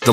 The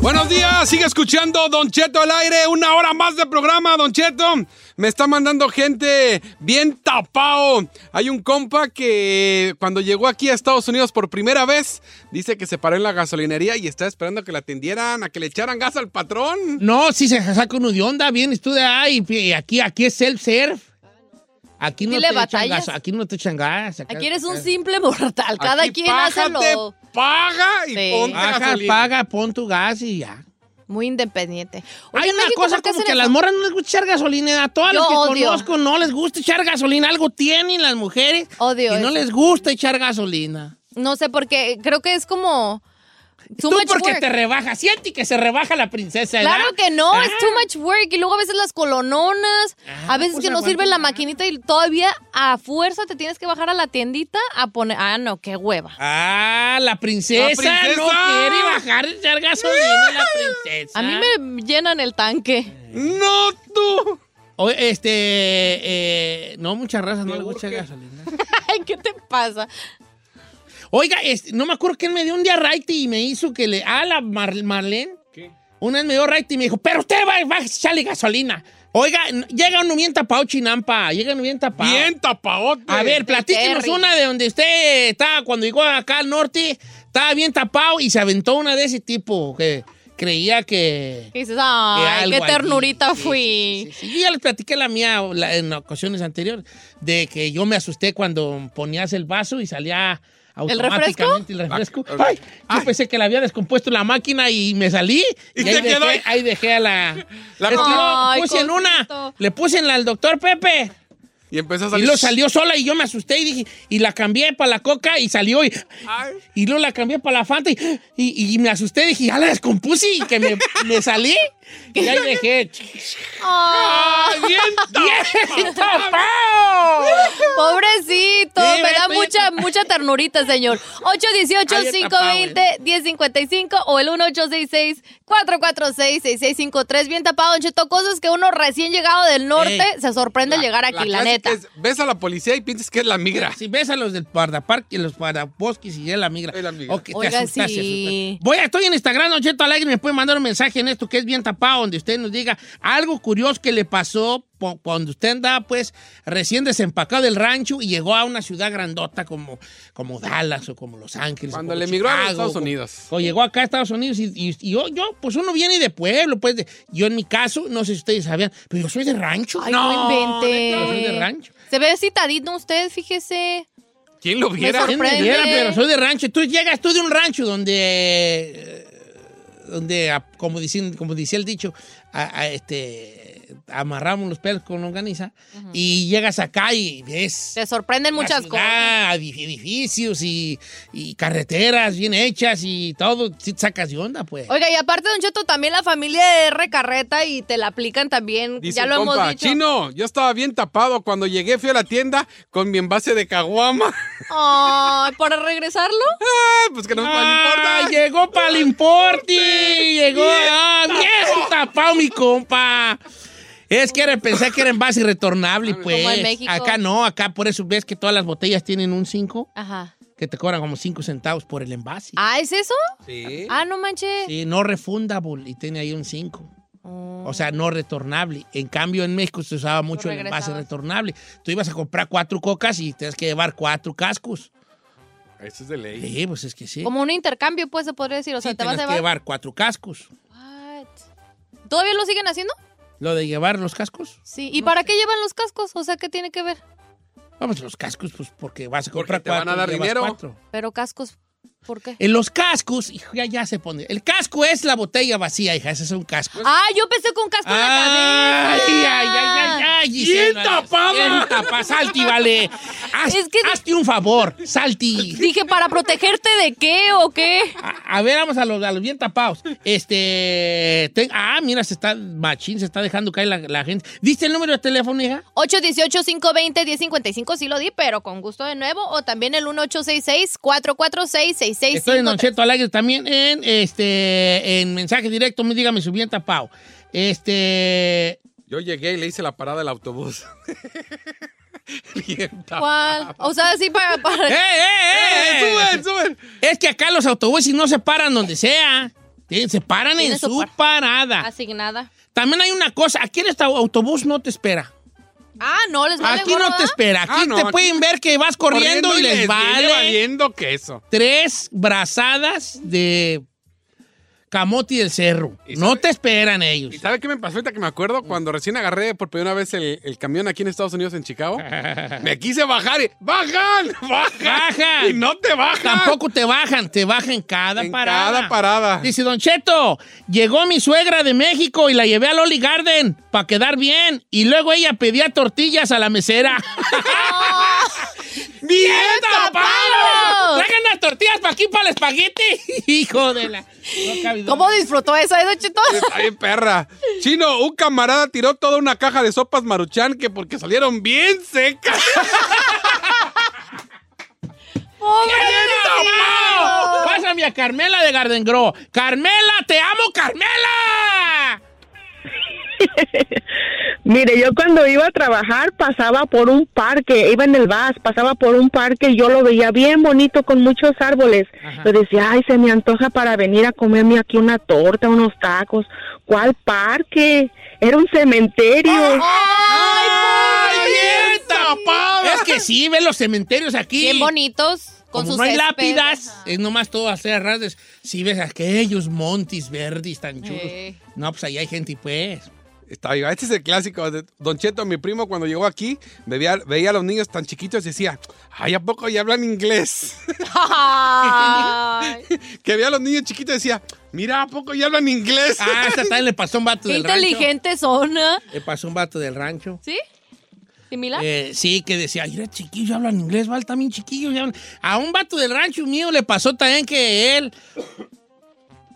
Buenos días, sigue escuchando Don Cheto al aire, una hora más de programa, Don Cheto. Me está mandando gente bien tapado. Hay un compa que cuando llegó aquí a Estados Unidos por primera vez, dice que se paró en la gasolinería y está esperando que la atendieran, a que le echaran gas al patrón. No, si se saca uno de onda, vienes tú de ahí, y aquí, aquí es self-serve. Aquí no, Sí te le echan batallas. gas, aquí no te echan gas. acá- Aquí eres un simple mortal. Cada Aquí quien hace pájate, lo Paga y Sí. ponte Paga, gasolina. paga, pon tu gas y ya. muy independiente. Oye, Hay en una México, cosa ¿por qué como hacen que a las eso? morras no les gusta echar gasolina. A todas Yo las que odio. conozco no les gusta echar gasolina. Algo tienen las mujeres Odio y no eso. les gusta echar gasolina. No sé por qué. Creo que es como. Too Tú much porque work. te rebajas. Siente que se rebaja la princesa, ¿verdad? Claro que no, Ah. es too much work. Y luego a veces las colononas, Ah, a veces pues que no aguanta sirve la más. maquinita y todavía a fuerza te tienes que bajar a la tiendita a poner. Ah, no, qué hueva. Ah, la princesa, La princesa. no quiere bajar de echar gasolina, la princesa. A mí me llenan el Eh. tanque. No tú. Oye, este, eh, no, muchas razas no Me le gusta urge. echar gasolina. Ay, ¿qué te pasa? Oiga, este, no me acuerdo quién me dio un día right y me hizo que le. Ah, la Mar- Marlene. ¿Qué? Una vez me dio right y me dijo, pero usted va, va a echarle gasolina. Oiga, n- llega uno bien tapado, chinampa. Llega uno bien tapado. Bien tapaote. A ver, platíquenos Terry. una de donde usted estaba cuando llegó acá al norte. Estaba bien tapado y se aventó una de ese tipo que creía que. Y dices, que ay, algo qué allí". ternurita Sí, fui. sí, sí, sí. Yo ya les platiqué la mía la- en ocasiones anteriores, de que yo me asusté cuando ponías el vaso y salía automáticamente el Ah, refresco. Ay, yo pensé que la había descompuesto la máquina y me salí. Y Y, te ahí, dejé, quedó ahí. ahí dejé a la... La Es que yo Ay, puse en una, cosito. le puse en la al doctor Pepe. Y empezó a Y salir. lo salió sola y yo me asusté y dije, y la cambié para la coca y salió y, Ay. y luego la cambié para la Fanta y, y- y me asusté, dije, ya la descompuse y que me, me salí y ahí dejé. Ay, ¡Ah, bien tapado! ¡Bien tapado! pobrecito, Sí, me ve, da ve, mucha, mucha ternurita, señor. 818-520-1055 o el 1866-446-6653. Bien tapado, Don Cheto. Cosas que uno recién llegado del norte Ey, se sorprende al llegar aquí, la, clásica neta. es, ves a la policía y piensas que es la migra. Si ves a los del Pardaparque, los Pardabosques y ya la migra. Es la migra. Ok, te Oiga, asustas, te sí. asustas. Voy, a- estoy en Instagram, Don Cheto Alegre, me pueden mandar un mensaje en esto que es bien tapado, donde usted nos diga algo curioso que le pasó po- cuando usted andaba, pues, recién desempacado del rancho y llegó a una ciudad grandota como, como Dallas o como Los Ángeles. o Cuando como le emigró a los Chicago, Estados como- Unidos. o llegó acá a Estados Unidos y, y- y yo, yo, pues uno viene de pueblo, pues de- yo en mi caso, no sé si ustedes sabían, pero yo soy de rancho. Ay, no, invente. neta, Yo soy de rancho. Se ve citadino usted, fíjese. ¿Quién lo viera? ¿Quién me Sorprende. diera, pero soy de rancho. Tú llegas tú de un rancho donde, eh, donde ah, como, dicen, como decía el dicho, a- a este, amarramos los pelos con longaniza y llegas acá y ves Se sorprenden la muchas cosas. ciudad, edifi- edificios y, y carreteras bien hechas y todo, sí te sacas de onda, pues. Oiga, y aparte, Don Cheto, también la familia es recarreta y te la aplican también. Dice ya el lo compa, hemos dicho. Chino, yo estaba bien tapado. Cuando llegué fui a la tienda con mi envase de caguama. Ay, ¿para regresarlo? Ay, pues que no me Ah, importa. llegó para el importe. Llegó. Ah, bien tapado, mi compa. Es que era, pensé que era envase retornable, pues. en México. Acá no, acá por eso ves que todas las botellas tienen un 5, Ajá. que te cobran como 5 centavos por el envase. Ah, ¿es eso? Sí. Ah, no manches. Sí, no refundable y tiene ahí un 5. Oh. O sea, no retornable. En cambio, en México se usaba mucho el envase regresabas. retornable. Tú ibas a comprar cuatro cocas y tenías que llevar cuatro cascos. Eso es de ley. Sí, pues es que sí. Como un intercambio, pues, se podría decir. O sea, Sí, te vas a tenías que llevar... llevar cuatro cascos. What? ¿Todavía lo siguen haciendo? Lo de llevar los cascos. Sí. ¿Y para qué llevan los cascos? O sea, ¿qué tiene que ver? Vamos, los cascos, pues porque vas a Porque comprar te van a cuatro. y dar llevas dinero. cuatro. Pero cascos, ¿por qué? En los cascos, hijo, ya, ya se pone. El casco es la botella vacía, hija. Ese es un casco. Pues, Ah, yo pensé con casco en la Pues ¡Ay, ay, cabeza. ay, ay, ay! Gisela, ¡Bien tapada! ¡Bien tapada! ¡Salti, vale! Haz- Es que- Hazte un favor, salti. Dije, ¿para protegerte de qué o qué? A, a ver, vamos a los, a los bien tapados. Este. te- ah, mira, se está. Machín, se está dejando caer la, la gente. ¿Diste el número de teléfono, hija? 818-520-1055, sí lo di, pero con gusto de nuevo. O también el 1866-446-6653. Estoy en Don Cheto Alegre también en este. En mensaje directo, me dígame su bien tapado. Este. Yo llegué y le hice la parada del autobús. Bien tapado. ¿Cuál? O sea, sí, para. para- ¡Eh, eh, eh! ¡Eh, ¡Suben, suben! Es que acá los autobuses no se paran donde sea. Tienen- Se paran en Tienen su, su par- parada. Asignada. También hay una cosa, aquí en este autobús no te espera. Ah, no, les vale aquí no gorro, te ¿verdad? espera. Aquí Ah, no, te aquí- pueden ver que vas corriendo, y les, vale viene valiendo queso. tres brazadas de camote y del cerro. ¿Y No sabe- te esperan ¿Y ellos. sabe qué me pasó ahorita que me acuerdo? Cuando recién agarré por primera vez el, el camión aquí en Estados Unidos, en Chicago, me quise bajar y ¡bajan! ¡Bajan! Bajan. ¡Y no te bajan! Tampoco te bajan, te bajan cada En parada. cada parada. Dice Don Cheto, llegó mi suegra de México y la llevé al Oli Garden para quedar bien. Y luego ella pedía tortillas a la mesera. ¡Bien tapado! ¡Traigan las tortillas para aquí para el espagueti! Hijo de la. No cabe duda. ¿Cómo disfrutó eso, eh, Don Cheto? ¡Ay, perra! Chino, un camarada tiró toda una caja de sopas maruchan que porque salieron bien secas. Pobre. ¡Tapado! Pásame a Carmela de Garden Grow. ¡Carmela, te amo, Carmela! Mire, yo cuando iba a trabajar pasaba por un parque, iba en el bus, pasaba por un parque y yo lo veía bien bonito con muchos árboles. Yo decía, ay, se me antoja para venir a comerme aquí una torta, unos tacos. ¿Cuál parque? Era un cementerio. ¡Ay, bien tapado! Es que sí, ven los cementerios aquí. Bien bonitos. Con Como sus no hay césped. lápidas, Ajá. es nomás todo hacer rases. Si ves aquellos montis verdes tan chulos. Ey. No, pues ahí hay gente, pues. Está viva. Este es el clásico. de Don Cheto, mi primo, cuando llegó aquí, veía, veía a los niños tan chiquitos y decía, ay, ¿a poco ya hablan inglés? Ay, que veía a los niños chiquitos y decía, mira, ¿a poco ya hablan inglés? Ah, esta también le pasó a un vato Qué del rancho. inteligente son, ¿eh? Le pasó a un vato del rancho. ¿Sí? ¿Similar? Eh, sí, que decía, mira, chiquillo, hablan inglés, Val, también chiquillo. ya hablan". A un vato del rancho mío le pasó también que él,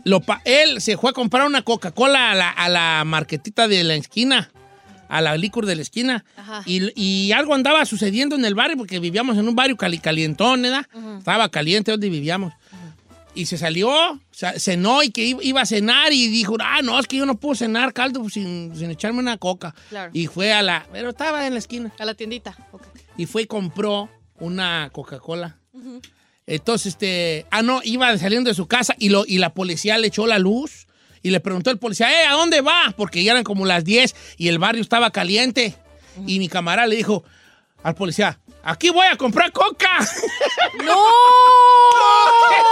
lo pa- él se fue a comprar una Coca-Cola a la, a la marquetita de la esquina, a la licor de la esquina. Ajá. Y, y algo andaba sucediendo en el barrio, porque vivíamos en un barrio cali- calientón, ¿verdad? Estaba caliente donde vivíamos. Y se salió, sa- cenó y que iba- iba a cenar y dijo, ah, no, es que yo no puedo cenar caldo pues, sin, sin echarme una coca. Claro. Y fue a la... Pero estaba en la esquina A la tiendita. Ok. y fue y compró una Coca-Cola. Entonces, este, ah, no, iba saliendo de su casa y, lo, y la policía le echó la luz y le preguntó al policía, eh, ¿a dónde va? Porque ya eran como las 10 y el barrio estaba caliente. Y mi camarada le dijo al policía, aquí voy a comprar coca. ¡No!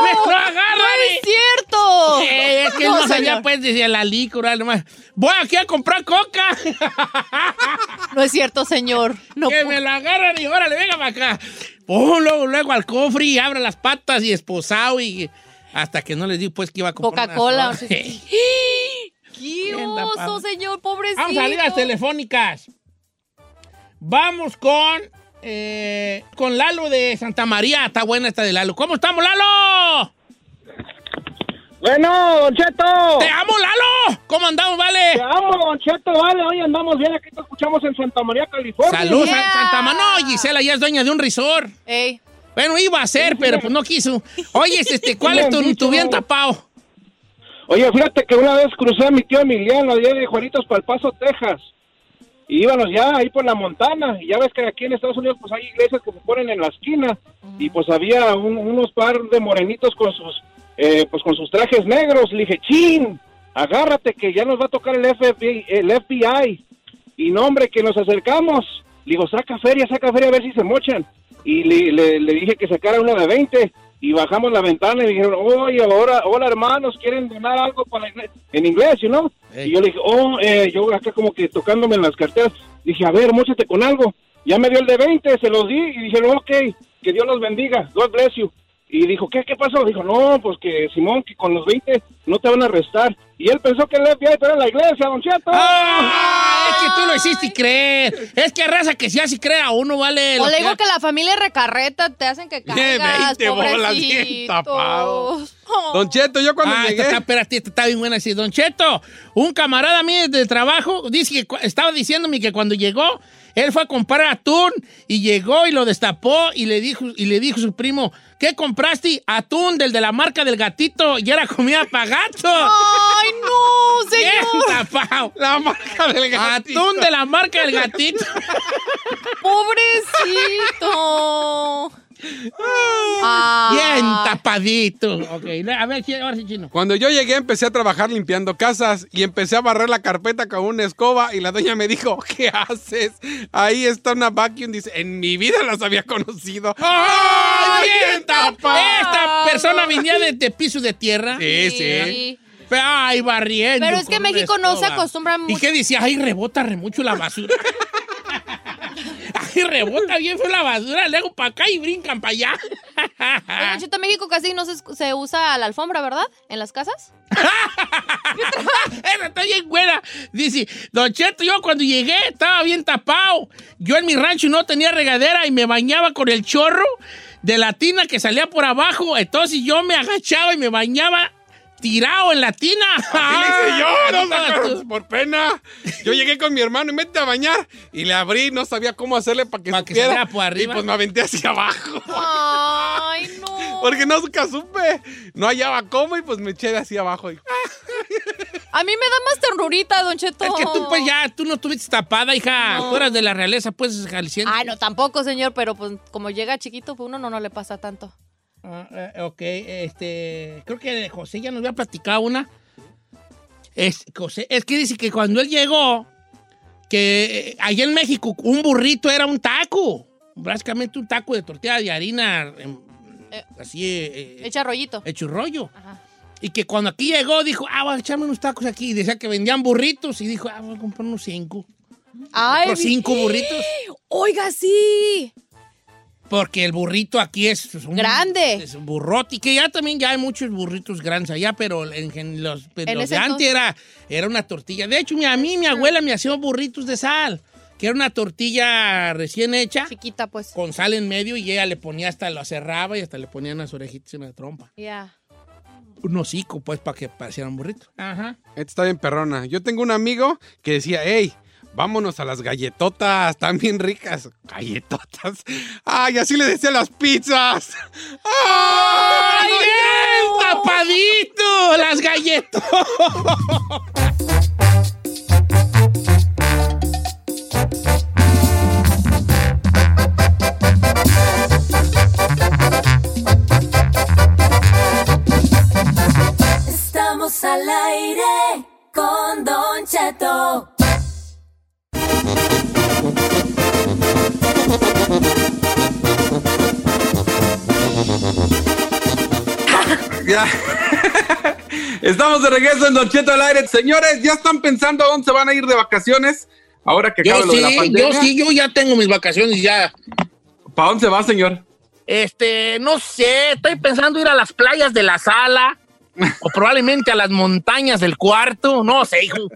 ¡No, ¡No agárrale! es cierto! Eh, es que no, sabía, señor. pues, decía la licor, nomás. Voy aquí a comprar coca. No es cierto, señor. No. pues. que me la agarran y órale, venga para acá. Pum, luego, luego al cofre y abra las patas y esposado y hasta que no les digo pues que iba a comprar unas Coca-Cola, cosas. o sea, sí. ¡Qué Bien tapado. oso, señor! ¡Pobrecito! Vamos a líneas telefónicas. Vamos con eh, con Lalo de Santa María. Está buena esta de Lalo. ¿Cómo estamos, Lalo? Bueno, Don Oh. Cheto. ¡Te amo, Lalo! ¿Cómo andamos, Te vale? amo, Don Cheto. Vale, hoy andamos bien. Aquí te escuchamos en Santa María, California. Salud, San- Yeah. Santa María. No, Gisela ya es dueña de un resort. Ey. Bueno, iba a ser, pero pues no quiso. Oye, este, ¿cuál es tu, tu bien tapado? Oye, fíjate que una vez crucé a mi tío Emiliano allá de Juaritos para El Paso, Texas. Y íbamos ya ahí por la montana. Y ya ves que aquí en Estados Unidos pues hay iglesias que se ponen en la esquina. Y pues había un- unos par de morenitos con sus eh, pues con sus trajes negros. Le dije, chin, agárrate que ya nos va a tocar el FBI, el FBI. Y no, hombre, que nos acercamos. Le digo, saca feria, saca feria, a ver si se mochan. Y le, le- le dije que sacara una de 20. Y bajamos la ventana y me dijeron, oye, ahora, hola hermanos, ¿quieren donar algo para la iglesia? En inglés, you know? Ey. Y yo le dije, oh, eh, yo acá como que tocándome en las carteras. Dije, a ver, mochate con algo. Ya me dio el de 20, se los di y dijeron, ok, que Dios los bendiga, God bless you. Y dijo, ¿qué, qué pasó? Dijo, no, pues que Simón, que con los 20 no te van a arrestar. Y él pensó que el FBI era la iglesia, don Cheto. ¡Ah! Es que tú lo hiciste creer. Es que raza que si así crea uno, vale. O lo le que- digo que la familia recarreta te hacen que caigas, 20 bolas, bien tapado. pobrecitos. Oh. Don Cheto, yo cuando Ah, esta llegué. está, espérate, esta está bien buena. Sí, Don Cheto, un camarada mío de trabajo dice que cu- estaba diciéndome que cuando llegó, él fue a comprar atún y llegó y lo destapó y le dijo, y le dijo su primo, ¿qué compraste? Atún del de la marca del gatito y era comida para gato. ¡Ay, no, Bien señor! tapado. La marca del gatito. Atún de la marca del gatito. ¡Pobrecito! Bien Ah. tapadito. Ok, a ver, chi- ahora sí, chino. Cuando yo llegué empecé a trabajar limpiando casas y empecé a barrer la carpeta con una escoba y la doña me dijo, ¿qué haces? Ahí está una vacuum, dice, en mi vida las había conocido. ¡Ay, bien tapado! tapado! Esta persona venía de, de piso de tierra. Sí, ¿eh? Sí. Ay, barriendo. Pero es que con México no se escoba. acostumbra ¿Y mucho. qué decía? Ay, rebota re mucho la basura. Ay, rebota bien fue la basura, luego para acá y brincan para allá. Oye, Ah. Don Cheto, en México casi no se, se usa la alfombra, ¿verdad? En las casas. Esa está bien buena. Dice, Don Cheto, yo cuando llegué estaba bien tapado. Yo en mi rancho no tenía regadera y me bañaba con el chorro de la tina que salía por abajo. Entonces yo me agachaba y me bañaba tirado en la tina. Y le hice Ah, yo, no todas sacaron tus- por pena. Yo llegué con mi hermano y mete a bañar y le abrí, no sabía cómo hacerle para que Pa' que supiera. saliera por arriba. Y pues me aventé hacia abajo. ¡Ay, no! Porque nunca supe, no hallaba cómo y pues me eché de hacia abajo. Y- A mí me da más ternurita, Don Cheto. Es que tú, pues ya, tú no estuviste tapada, hija. No. Tú eras de la realeza, pues, jalisciense. Ay, no, tampoco, señor, pero pues como llega chiquito, pues uno no, no le pasa tanto. Ah, eh, ok, este. Creo que de José ya nos había platicado una. Es, José, es que dice que cuando él llegó, que eh, allá en México un burrito era un taco. Básicamente un taco de tortilla de harina. em, Eh, así, eh, eh, Echa rollito. hecho rollo. Ajá. Y que cuando aquí llegó, dijo, ah, voy a echarme unos tacos aquí. Y decía que vendían burritos. Y dijo, ah, voy a comprar unos cinco. Ay, Unos vi- cinco burritos. Oiga, sí. Porque el burrito aquí es, es un Grande. Es un burrote. Y que ya también ya hay muchos burritos grandes allá, pero en, gen- los, pues, En los ese de antes entonces- era, era una tortilla. De hecho, mi- a mí mi abuela me hacía burritos de sal, que era una tortilla recién hecha, Chiquita, pues. con sal en medio, y ella le ponía hasta, lo cerraba y hasta le ponía unas orejitas en la trompa. Ya. Un hocico, pues, para que parecieran burritos. Ajá. Esta está bien perrona. Yo tengo un amigo que decía, hey, vámonos a las galletotas, están bien ricas. Galletotas. Ay, así le decía a las pizzas. ¡Ay, ¡Ay, bien tapadito! ¡Las galletas! Estamos al aire con Don Cheto. Ya. Estamos de regreso en Don Cheto al aire. Señores, ¿ya están pensando a dónde se van a ir de vacaciones? Ahora que acaba Yo lo de la sí, pandemia. yo sí, yo ya tengo mis vacaciones ya. ¿Para dónde se va, señor? Este, no sé, estoy pensando ir a las playas de la sala o probablemente a las montañas del cuarto, no sé, hijo.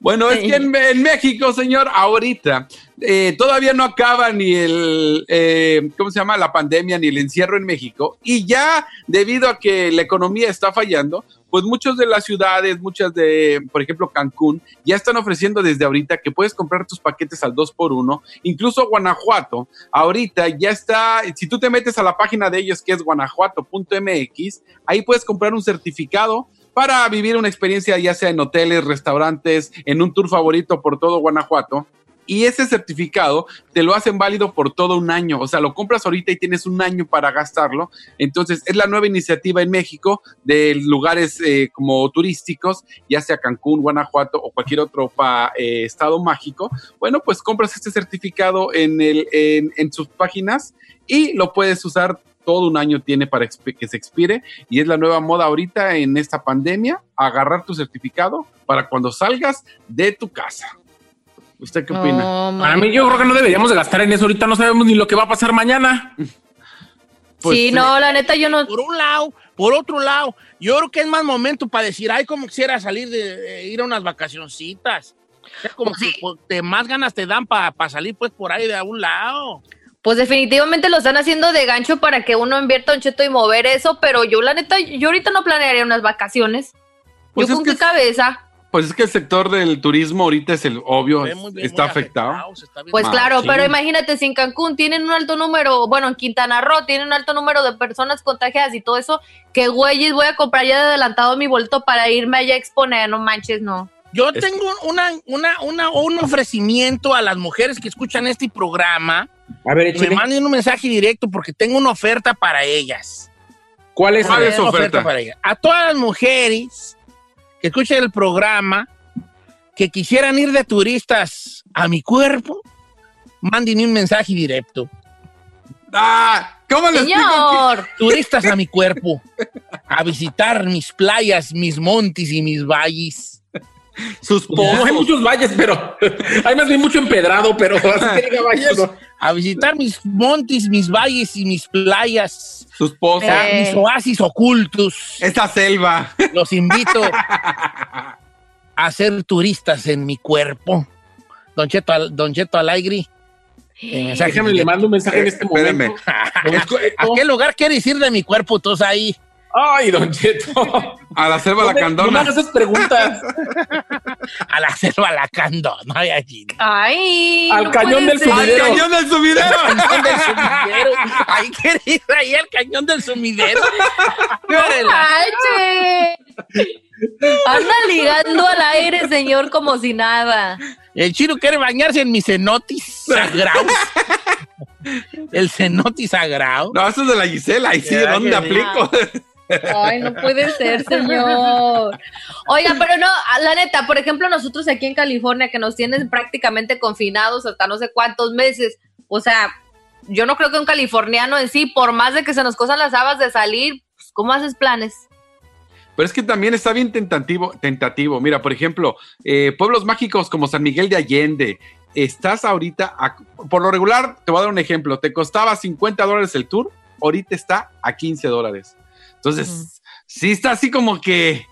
Bueno, es que en, en México, señor, ahorita eh, todavía no acaba ni el, eh, ¿cómo se llama? La pandemia ni el encierro en México. Y ya debido a que la economía está fallando, pues muchas de las ciudades, muchas de, por ejemplo, Cancún, ya están ofreciendo desde ahorita que puedes comprar tus paquetes al 2x1. Incluso Guanajuato, ahorita ya está, si tú te metes a la página de ellos que es guanajuato.mx, ahí puedes comprar un certificado para vivir una experiencia ya sea en hoteles, restaurantes, en un tour favorito por todo Guanajuato. y ese certificado te lo hacen válido por todo un año. O sea, lo compras ahorita y tienes un año para gastarlo. Entonces, es la nueva iniciativa en México de lugares eh, como turísticos, ya sea Cancún, Guanajuato o cualquier otro pa- eh, estado mágico. Bueno, pues compras este certificado en, el, en, en sus páginas y lo puedes usar todo un año tiene para expi- que se expire y es la nueva moda ahorita en esta pandemia, agarrar tu certificado para cuando salgas de tu casa. ¿Usted qué opina? Ah, No, ma- Para mí yo creo que no deberíamos de gastar en eso. Ahorita no sabemos ni lo que va a pasar mañana. pues, sí, sí. no, la neta, yo no. Por un lado, por otro lado, yo creo que es más momento para decir, ay, como quisiera salir de eh, ir a unas vacacioncitas. O sea, como que pues, te- más ganas te dan para salir pues por ahí de algún lado. Pues definitivamente lo están haciendo de gancho para que uno invierta un cheto y mover eso, pero yo la neta, yo ahorita no planearía unas vacaciones. Pues yo es con que qué es- cabeza. Pues es que el sector del turismo ahorita es el obvio, Se ve muy bien, está muy afectado. se está bien Pues Ah, claro, sí. pero imagínate, si en Cancún tienen un alto número, bueno, en Quintana Roo tienen un alto número de personas contagiadas y todo eso, que güeyes voy a comprar ya de adelantado mi boleto para irme allá a exponer, no manches, no. Yo tengo una, una, una, un ofrecimiento a las mujeres que escuchan este programa. A ver, Que me échale. manden un mensaje directo porque tengo una oferta para ellas. ¿Cuál es? ¿Cuál es su Tengo una oferta? para ellas. A todas las mujeres que escuchen el programa, que quisieran ir de turistas a mi cuerpo, manden un mensaje directo. Ah, ¿Cómo le explico? Señor, Turistas a mi cuerpo, a visitar mis playas, mis montes y mis valles. que Sus Como hay pozos. muchos valles, pero hay más bien mucho empedrado, pero así que diga valles, no. A visitar mis montes, mis valles y mis playas. Sus pozos. Eh. mis oasis ocultos. Esta selva. Los invito a ser turistas en mi cuerpo. Don Cheto, Al- Don Cheto Alegri. eh, mensaje Déjame, le directo. mando un mensaje en este Espéreme. momento. Don ¿A Cheto. qué lugar quieres ir de mi cuerpo? Todos ahí. Ay, Don Cheto. No A la selva la me- No me candona. hagas esas preguntas. A la selva lacando. No hay allí. ay. Al cañón puede del ser. ¡Al sumidero. cañón del sumidero! Cañón del sumidero. Ahí quieres ir ahí al cañón del sumidero. Órale. Manche. Anda ligando al aire, señor, como si nada. El chino quiere bañarse en mi cenotis sagrado. El cenotis sagrado. No, eso es de la Gisela. Ahí sí, Ya, ¿dónde ya, aplico? Ay, no puede ser, señor. Oiga, pero no, la neta, por ejemplo, nosotros aquí en California, que nos tienen prácticamente confinados hasta no sé cuántos meses, o sea, yo no creo que un californiano en sí, por más de que se nos cosan las habas de salir, pues, ¿cómo haces planes? Pero es que también está bien tentativo. tentativo. Mira, por ejemplo, eh, pueblos mágicos como San Miguel de Allende. Estás ahorita, a- por lo regular, te voy a dar un ejemplo. Te costaba 50 dólares el tour, ahorita está a 15 dólares. Entonces, sí está así como que,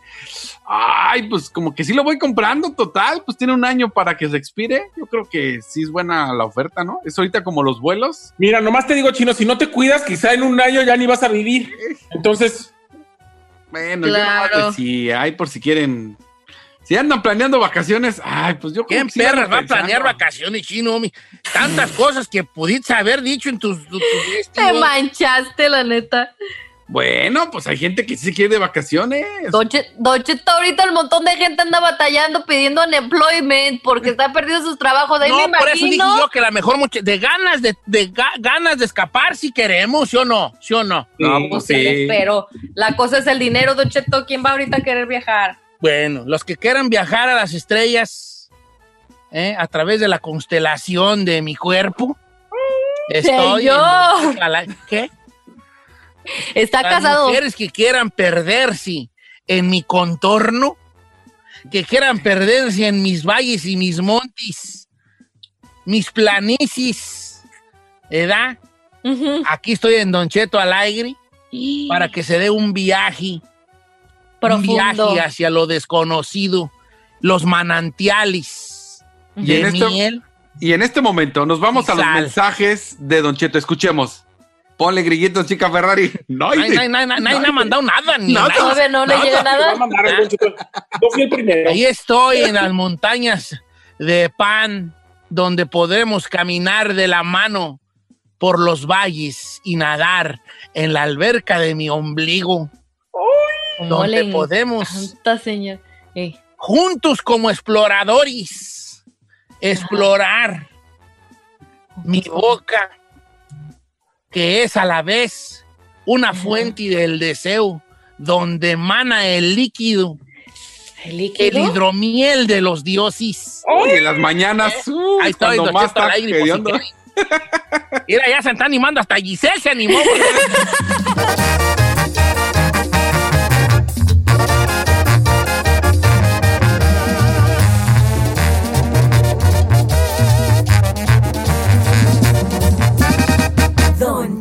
ay, pues como que sí lo voy comprando total, pues tiene un año para que se expire. Yo creo que sí es buena la oferta, ¿no? Es ahorita como los vuelos. Mira, nomás te digo, chino, si no te cuidas, quizá en un año ya ni vas a vivir. Entonces, Bueno, yo nomás Claro. decía, ay, por si quieren. Si andan planeando vacaciones, ay, pues yo creo ¿Quién que sí andan perras va a planear pensando. vacaciones, chino? mi? Tantas cosas que pudiste haber dicho en tus... tu- tu- este, Te ¿no? manchaste, la neta. Bueno, pues hay gente que sí quiere de vacaciones. Doche, ahorita el montón de gente anda batallando pidiendo unemployment porque está perdiendo sus trabajos. Ahí me no, por eso dije imagino. yo que la mejor mucha- de ganas de, de ga- ganas de escapar si queremos, ¿sí o no? ¿Sí o no? No, pues O sea, sí. Pero la cosa es el dinero, Don Cheto. ¿Quién va ahorita a querer viajar? Bueno, los que quieran viajar a las estrellas ¿eh? a través de la constelación de mi cuerpo. Estoy en- Señor. a la- ¿Qué? Está Las casado. mujeres que quieran perderse en mi contorno, que quieran perderse en mis valles y mis montes, mis planicies, ¿edad? Ujú. Aquí estoy en Don Cheto Alegre para que se dé un viaje, Profundo. un viaje hacia lo desconocido, los manantiales Y en este de esto- miel. Y en este momento nos vamos a los Sal. mensajes de Don Cheto. Escuchemos. Ponle grillitos, chica Ferrari. No, Ay, dice- Nadie nadie- nadie me ha mandado nada, ni Nada. nada. Todavía no le llega te va a nada. mandar algo, Don Cheto. Yo fui el primero. Ahí estoy en las montañas de pan, donde podremos caminar de la mano por los valles y nadar en la alberca de mi ombligo, No donde le podemos encanta, señor. Eh, juntos como exploradores explorar mi boca, que es a la vez una fuente del deseo, donde emana el líquido, ¿El el líquido? hidromiel de los dioses. Oye, las mañanas. uh, Ahí estoy, cuando Don más Cheto, está al aire, por si hediondo. quieren. Mira, ya se está animando, hasta Giselle se animó. Don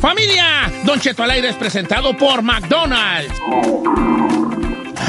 ¡Familia! Don Cheto al aire es presentado por McDonald's.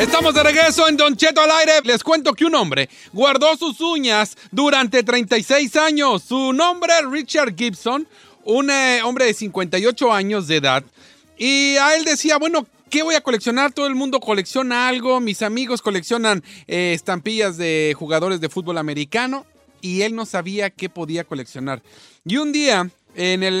Estamos de regreso en Don Cheto al aire. Les cuento que un hombre guardó sus uñas durante 36 años. Su nombre es Richard Gibson, un eh, hombre de 58 años de edad. Y a él decía, bueno, ¿qué voy a coleccionar? Todo el mundo colecciona algo. Mis amigos coleccionan eh, estampillas de jugadores de fútbol americano. Y él no sabía qué podía coleccionar. Y un día... En el,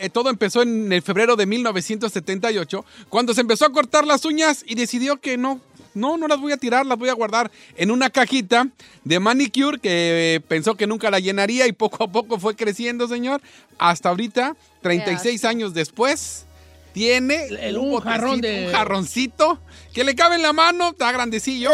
eh, todo empezó en el febrero de 1978, cuando se empezó a cortar las uñas y decidió que no, no, no las voy a tirar, las voy a guardar en una cajita de manicure que eh, pensó que nunca la llenaría y poco a poco fue creciendo, señor. Hasta ahorita, 36 años después, tiene El- un botecito, jarrón de- un jarroncito que le cabe en la mano, está grandecillo.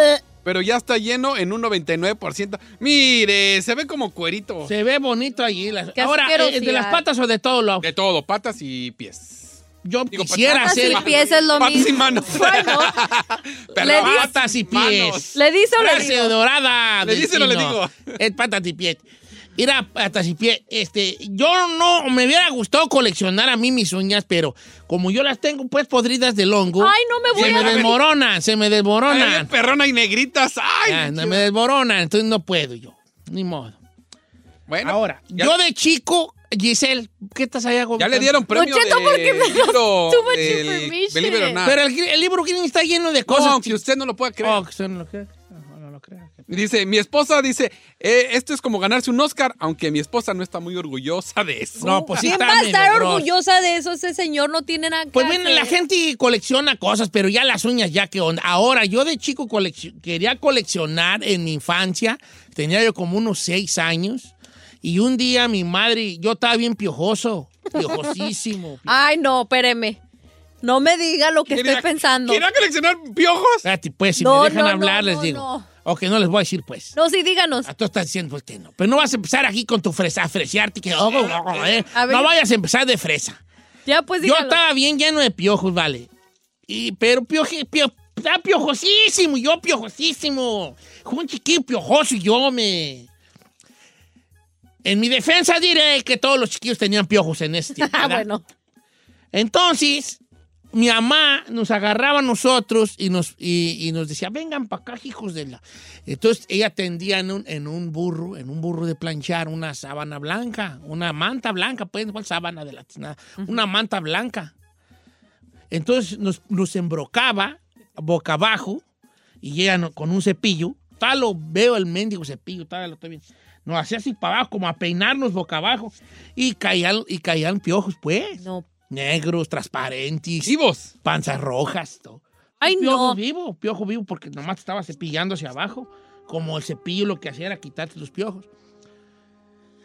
Pero ya está lleno en un 99%. Mire, se ve como cuerito. Se ve bonito allí. las- Qué Ahora, eh, ¿de asquerosidad. las patas o de todo lo? De todo, patas y pies. Yo Digo, pues, quisiera Patas hacer y pies es lo patas y mismo. manos. Bueno, Pero Le dice- patas y manos. pies. ¿le dice o le Frase digo? dorada. ¿Le del dice o no le chino. digo? Es patas y pies. Mira, patas y pies. Este, yo no me hubiera gustado coleccionar a mí mis uñas, pero como yo las tengo pues podridas del hongo. Ay, no me voy se a- me desmoronan, se me Ay, desmoronan. perrona y negritas. Ay, Ah, no chido. me desmoronan, entonces no puedo yo. Ni modo. Bueno, Ahora, ya- yo de chico, Giselle, ¿qué estás allá Ya le dieron premio Cheto, de ¿por qué me das libro too much del- information? Believe it or not. Pero el, el libro Green está lleno de No, cosas. aunque usted no lo pueda creer. Oh, que usted no lo crea. No, no lo crea. Dice, mi esposa dice, eh, esto es como ganarse un Oscar, aunque mi esposa no está muy orgullosa de eso. No, pues sí ¿Quién está va a medio estar grosso. orgullosa de eso? Ese señor no tiene nada que Pues bueno, hacer. la gente colecciona cosas, pero ya las uñas, ya que onda. Ahora, yo de chico colec- quería coleccionar en mi infancia, tenía yo como unos seis años, Y un día mi madre, yo estaba bien piojoso, piojosísimo. Ay, no, espéreme. No me diga lo que estoy pensando. ¿Quieres coleccionar piojos? pues, si No, me dejan no, hablar, no, les no, digo. no. O que no les voy a decir, pues. No, sí, díganos. A tú estás diciendo, pues, que no. Pero no vas a empezar aquí con tu fresa, a fresearte. Que, oh, oh, oh, eh. A ver. No vayas a empezar de fresa. Ya, pues Yo díganos. estaba bien lleno de piojos, vale. Y, pero pioje, pio, estaba piojosísimo, yo piojosísimo. Un chiquillo piojoso y yo me... En mi defensa diré que todos los chiquillos tenían piojos en este. Ah, bueno. Entonces, mi mamá nos agarraba a nosotros y nos, y, y nos decía, vengan para acá, hijos de la... Entonces, ella tendía en un, en un burro, en un burro de planchar, una sábana blanca, una manta blanca, pues, ¿cuál sábana de la tiznada? Una manta blanca. Entonces, nos, nos embrocaba boca abajo y ella no- con un cepillo, tal lo veo el mendigo cepillo, tal lo estoy viendo. Nos hacía así para abajo, como a peinarnos boca abajo. Y caían, y caían piojos, pues. Negros, transparentes. ¿Vivos? Panzas rojas. todo. Ay, piojo no. vivo, piojo vivo, porque nomás te estaba cepillando hacia abajo. Como el cepillo lo que hacía era quitarte los piojos.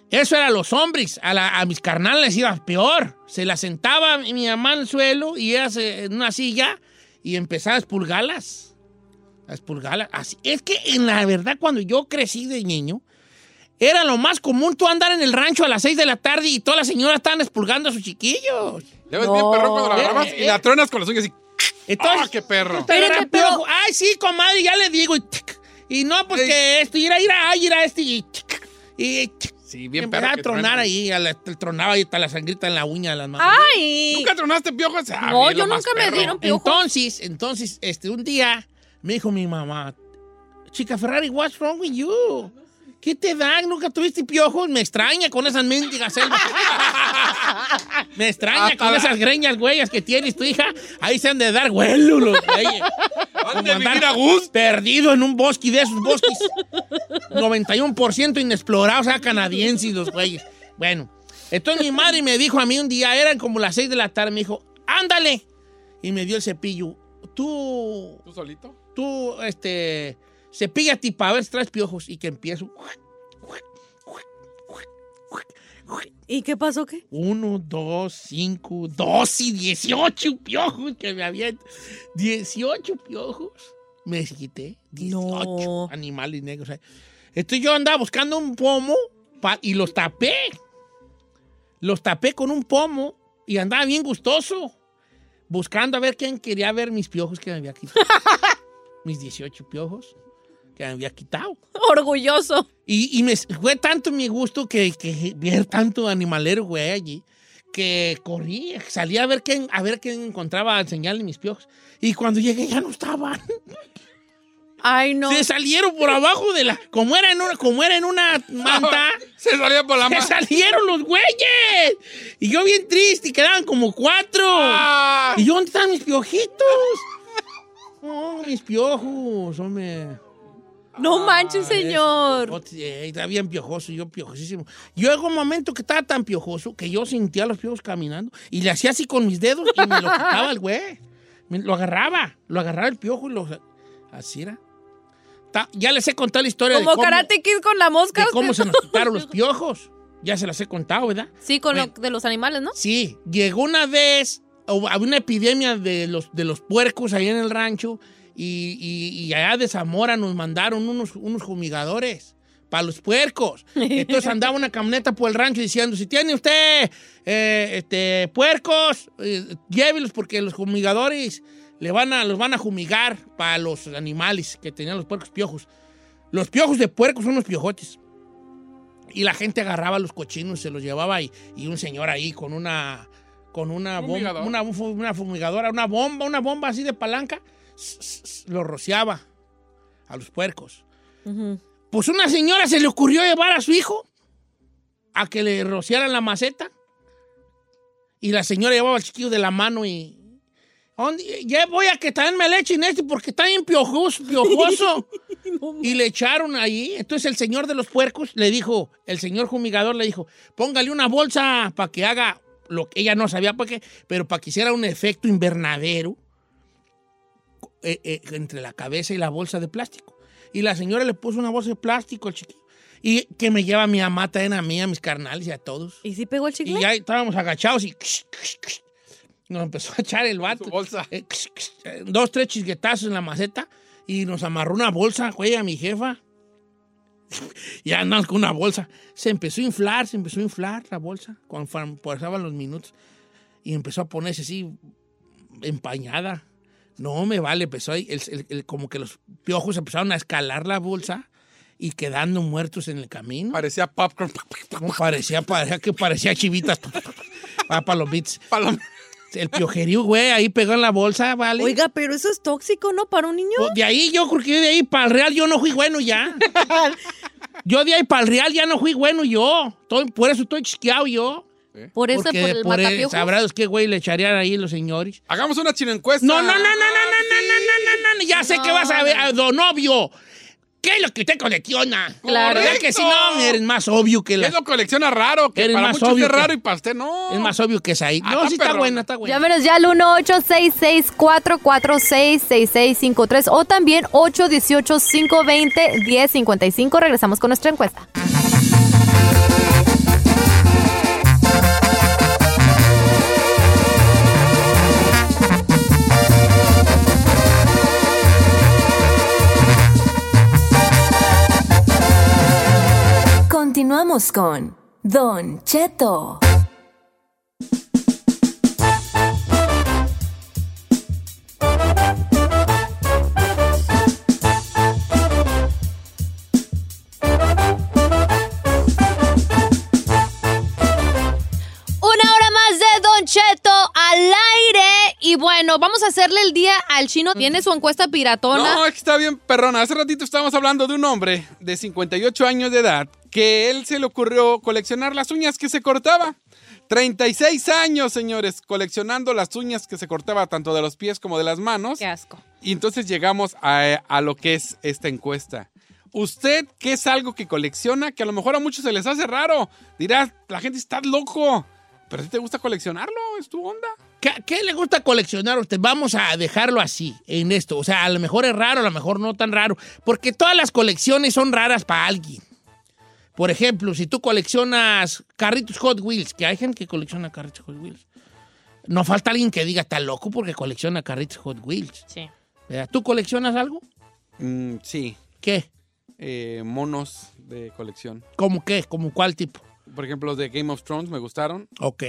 Eso era los hombres. A, la- a mis carnales les iba peor. Se la sentaba mi mi mamá en el suelo y ella se- en una silla y empezaba a expulgarlas. A expulgarlas. Así. Es que en la verdad, cuando yo crecí de niño, era lo más común tú andar en el rancho a las 6 de la tarde y todas las señoras estaban expulgando a sus chiquillos. Ya ves bien, perro, Eh, cuando la grabas y la tronas con las uñas y... Entonces, ¡Ah, qué perro! Te agarran piojo. Ay, sí, comadre, ya le digo. Y, tic. Y no, pues que esto, y era, ir a, ir a este, y, tic, y tic. Sí, bien Y perro empezaba a que pues. tronar truena. ahí, a la- te tronaba y hasta la sangrita en la uña de las manos. Ah, Ay. ¿Nunca tronaste piojos? Ah, No, bien, yo lo más nunca me perro. dieron piojos. Entonces, entonces, este, un día me dijo mi mamá, chica Ferrari, what's wrong with you? ¿Qué te dan? ¿Nunca tuviste piojos? Me extraña con esas mendigas selvas. Me extraña Hasta con la- esas greñas huellas que tienes tu hija. Ahí se han de dar huelo los güeyes. Como vivir andar Perdido en un bosque de esos bosques. 91% inexplorados, o sea, canadienses los güeyes. Bueno, entonces mi madre me dijo a mí un día, eran como las 6 de la tarde, me dijo, ándale. Y me dio el cepillo. Tú, ¿Tú solito? tú, este, cepíllate para ver si traes piojos. Y que empiezo. ¿Y qué pasó qué? Uno, dos, cinco, dos y dieciocho piojos que me habían... Dieciocho piojos. Me quité. Dieciocho animales negros. ahí. Entonces yo andaba buscando un pomo pa- y los tapé. Los tapé con un pomo y andaba bien gustoso. Buscando a ver quién quería ver mis piojos que me había quitado. mis 18 piojos que me había quitado. Orgulloso. Y, y me, fue tanto mi gusto que, que ver tanto animalero, güey, allí, que corrí, salí a ver quién, a ver quién encontraba al señal de mis piojos. Y cuando llegué ya no estaban. Ay, no. Se salieron por abajo de la. Como era en una, como era en una manta. se salían por la Se salieron los güeyes. Y yo bien triste, y quedaban como cuatro. Y yo, ¿dónde están mis piojitos? Oh, mis piojos, hombre. No manches, Ah, señor. ese piojote, eh, Está bien piojoso, yo piojosísimo. Yo llegó un momento que estaba tan piojoso que yo sentía los piojos caminando y le hacía así con mis dedos y me lo quitaba el güey. Me- Lo agarraba, lo agarraba el piojo y lo... Así era. Ta- ya les he contado la historia Como de cómo, Karate Kid con la mosca. de cómo usted. se nos quitaron los piojos. Ya se las he contado, ¿verdad? Sí, con Bueno. lo de los animales, ¿no? Sí, llegó una vez, hubo- había una epidemia de los, de los puercos ahí en el rancho y, y- y allá de Zamora nos mandaron unos, unos fumigadores para los puercos. Entonces andaba una camioneta por el rancho diciendo, si tiene usted eh, este, puercos, eh, llévelos porque los fumigadores le van a, los van a fumigar para los animales que tenían los puercos piojos. Los piojos de puerco son unos piojotes. Y la gente agarraba los cochinos, se los llevaba y, y un señor ahí con una con una bomba, Fumigador. una, un fu- una fumigadora, una bomba, una bomba así de palanca, s- s- s- los rociaba a los puercos. Pues una señora se le ocurrió llevar a su hijo a que le rociaran la maceta. Y la señora llevaba al chiquillo de la mano y... "¿Dónde- Ya voy a que también me le echen este porque está bien piojoso. piojoso". y le echaron ahí. Entonces el señor de los puercos le dijo, el señor fumigador le dijo, póngale una bolsa para que haga lo que ella no sabía para qué, pero para que hiciera un efecto invernadero eh, eh, entre la cabeza y la bolsa de plástico. Y la señora le puso una bolsa de plástico al chiquillo. Y que me lleva mi mamá también a mí, a mis carnales y a todos. ¿Y si pegó el chicle? Y ya estábamos agachados y nos empezó a echar el vato. Eh, Dos, tres chisguetazos en la maceta y nos amarró una bolsa, güey, a mi jefa. y andamos con una bolsa. Se empezó a inflar, se empezó a inflar la bolsa conforme pasaban los minutos. Y empezó a ponerse así empañada. No me vale, empezó ahí, el- el- el- como que los piojos empezaron a escalar la bolsa y quedando muertos en el camino. Parecía popcorn. parecía, parecía que parecía chivitas. Ah, palomitas. El piojerío, güey, ahí pegó en la bolsa, vale. Oiga, pero eso es tóxico, ¿no? Para un niño. Pues de ahí yo creo que de ahí para el Real yo no fui bueno ya. yo de ahí para el Real ya no fui bueno yo. Estoy- por eso estoy chisqueado yo. Por eso, Porque por el por él, matapiojos. Sabrá Dios qué güey le echarían ahí los señores. Hagamos una chino encuesta. No, no, no, no, no, no, no, no, no, no, no, Ya sé que vas a ver a Don Obvio. ¿Qué es lo que usted colecciona? Claro. ¿Verdad que si no, eres más obvio que la... Es lo colecciona raro, que Eres para más muchos obvio es que- raro y para usted no. Es más obvio que es ahí. no, está sí está perrón. buena, está buena. Llámenos ya al 1-866-446-6653 o también 818-520-1055. Regresamos con nuestra encuesta. Continuamos con Don Cheto. Una hora más de Don Cheto al aire. Y bueno, vamos a hacerle el día al chino. Mm. Tiene su encuesta piratona. No, es que está bien perrona. Hace ratito estábamos hablando de un hombre de 58 años de edad que él se le ocurrió coleccionar las uñas que se cortaba. 36 años, señores, coleccionando las uñas que se cortaba tanto de los pies como de las manos. Qué asco. Y entonces llegamos a, a lo que es esta encuesta. ¿Usted qué es algo que colecciona que a lo mejor a muchos se les hace raro? Dirás, la gente está loco, pero a ti te gusta coleccionarlo, es tu onda. ¿Qué, qué le gusta coleccionar a usted? Vamos a dejarlo así, en esto. O sea, a lo mejor es raro, a lo mejor no tan raro. Porque todas las colecciones son raras para alguien. Por ejemplo, si tú coleccionas carritos Hot Wheels, que hay gente que colecciona carritos Hot Wheels. No falta alguien que diga, está loco porque colecciona carritos Hot Wheels. Sí. ¿Verdad? ¿Tú coleccionas algo? Mm, sí. ¿Qué? Eh, monos de colección. ¿Cómo qué? ¿Cómo cuál tipo? Por ejemplo, los de Game of Thrones me gustaron. Ok.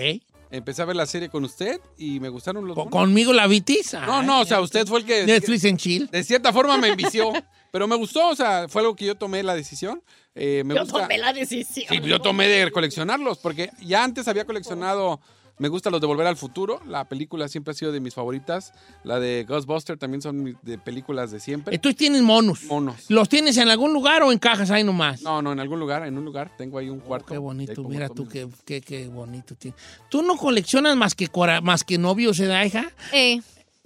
Empecé a ver la serie con usted y me gustaron los. monos. ¿Conmigo la vitis? No, no, o sea, usted fue el que. Netflix en chill. De cierta forma me envició, pero me gustó, o sea, fue algo que yo tomé la decisión. Eh, me Yo gusta- tomé la decisión. Sí, pues, yo tomé de coleccionarlos, porque ya antes había coleccionado. Me gusta los de Volver al Futuro. La película siempre ha sido de mis favoritas. La de Ghostbuster también son mis- de películas de siempre. Entonces tienes monos. Monos. ¿Los tienes en algún lugar o en cajas ahí nomás? No, no, en algún lugar, en un lugar. Tengo ahí un cuarto. Oh, Qué bonito, Ahí mira pongo tú qué, qué, qué bonito. tiene. ¿Tú no coleccionas más que, cora- más que novios, ¿eh, da, hija? Eh,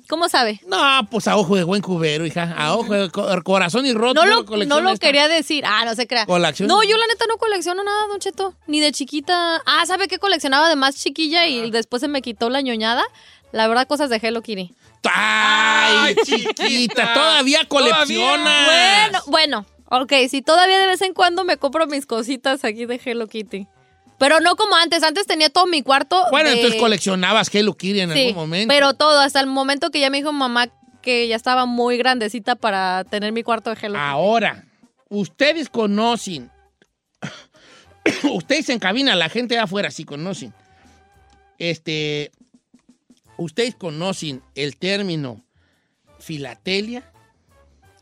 ¿Cómo sabe? No, pues a ojo de buen cubero, hija. A ojo de co- corazón y roto. No lo, no coleccionas lo esta. quería decir. Ah, no se crea. Colecciona. No, yo la neta no colecciono nada, Don Cheto. Ni de chiquita. Ah, ¿sabe qué coleccionaba de más chiquilla y después se me quitó la ñoñada? La verdad, cosas de Hello Kitty. ¡Ay, chiquita! Todavía colecciona. Bueno, bueno. Ok, sí, todavía de vez en cuando me compro mis cositas aquí de Hello Kitty. Pero no como antes. Antes tenía todo mi cuarto. Bueno, de- entonces coleccionabas Hello Kitty en Sí, algún momento. Pero todo, hasta el momento que ya me dijo mamá que ya estaba muy grandecita para tener mi cuarto de Ah. Hello Ahora, ustedes conocen, ustedes en cabina, la gente de afuera sí conocen, este, ustedes conocen el término filatelia.